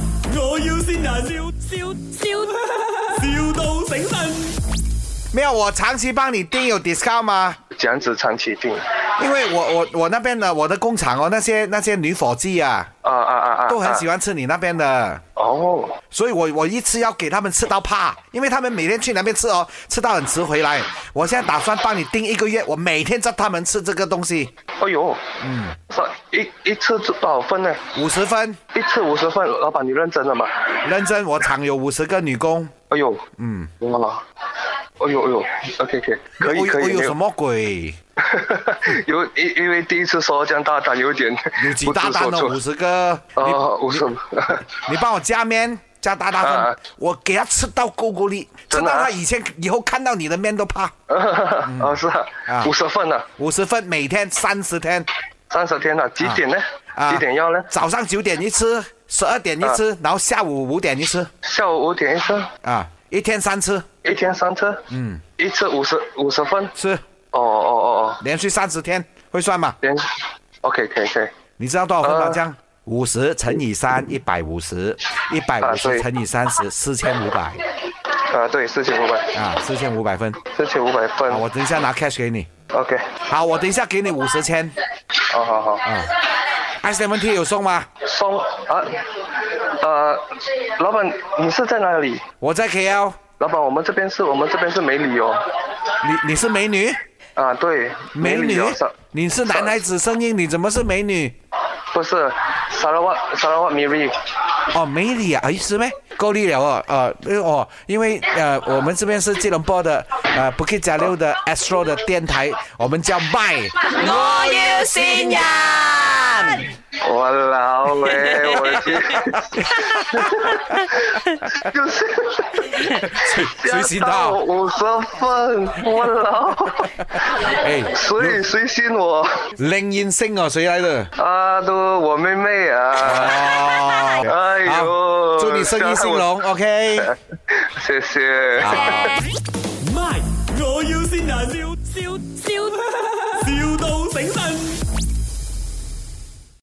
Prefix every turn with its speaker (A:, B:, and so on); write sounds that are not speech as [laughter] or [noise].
A: 要先人，笑笑笑，,笑到醒神。
B: 没有，我长期帮你订有 discount 吗？
C: 这样子长期订，
B: 因为我我我那边的我的工厂哦，那些那些女伙计啊，
C: 啊啊啊啊，
B: 都很喜
C: 欢。
B: 欢吃你那边的，
C: 哦，
B: 所以我我一次要给他们吃到怕，因为他们每天去那边吃哦，吃到很迟回来。我现在打算帮你订一个月，我每天叫他们吃这个东西，
C: 哎呦，嗯，一一次多少份呢？
B: 五十分，
C: 一次五十份，老板你认真了吗？
B: 认真，我厂有五十个女工，
C: 哎呦，
B: 嗯，
C: 哇，哎呦哎呦，OK OK，可以
B: 我
C: 可
B: 我
C: 以，
B: 有
C: 没
B: 什么鬼？
C: [laughs] 有因因为第一次收到这样大单，有点
B: 有几
C: 不知
B: 大单
C: 所
B: 呢？
C: 措
B: 五十个，你
C: 啊，五十，
B: 你帮我加面加大大份，
C: 啊
B: 我给他吃到够够力，吃
C: 真
B: 到
C: 的啊
B: 他以前以后看到你的面都怕。
C: [laughs] 啊是
B: 啊
C: 啊，五十份呢，
B: 五十份，每天三十天，
C: 三十
B: 啊
C: 天了，啊几点呢？几点要呢？
B: 早上九点一次，十二点一
C: 啊
B: 次，然后下午五点一次，
C: 下午五点一次，
B: 啊，一天三次，
C: 一天三次，嗯，一次五十五十份，
B: 是
C: 哦哦哦哦，
B: 连续三十天，会算吗？
C: 连，OK 可以可以，
B: 你知道多少份吗？
C: 呃
B: 这样五十乘以三，一百五十，一百五
C: 啊
B: 十
C: 对
B: 乘以三十，四千五百
C: 啊对，四千五百，
B: 啊，四千五百分。
C: 四千五百份
B: 啊，我等一下拿 cash 给你。
C: ，OK，
B: 好，我等一下给你五十千。
C: 好好好。
B: 啊 S M T 有送吗？
C: 松啊，呃，老板，你是在哪里？
B: 我在 K L。
C: 老板，我们这边是我们这边是美女哦，
B: 你你是美女？
C: 啊，对，
B: 美
C: 女
B: 女
C: 哦，沙？
B: 你是男孩子声音，你怎么是美女？
C: 不是沙拉瓦沙拉瓦米瑞，
B: 哦，没理啊，哎，是咩？够力了哦，呃，因为哦，因为呃，我们这边是吉隆坡的呃 Bukit Jalil 的 Astro 的电台，我们叫麦。
D: 我要善人。
B: [laughs]
C: 我老嘞，我去，就是
B: [laughs] 谁信
C: [laughs]
B: 到？
C: 五十分，
B: [laughs]
C: 我老，
B: 哎，
C: 所以谁信我？
B: 林燕星哦，谁来的？
C: 啊，都我妹妹啊，
B: 哦，
C: 哎
B: 好
C: 呦， [laughs] 哎
B: 祝你生意兴隆，OK。
C: 谢谢。
B: 好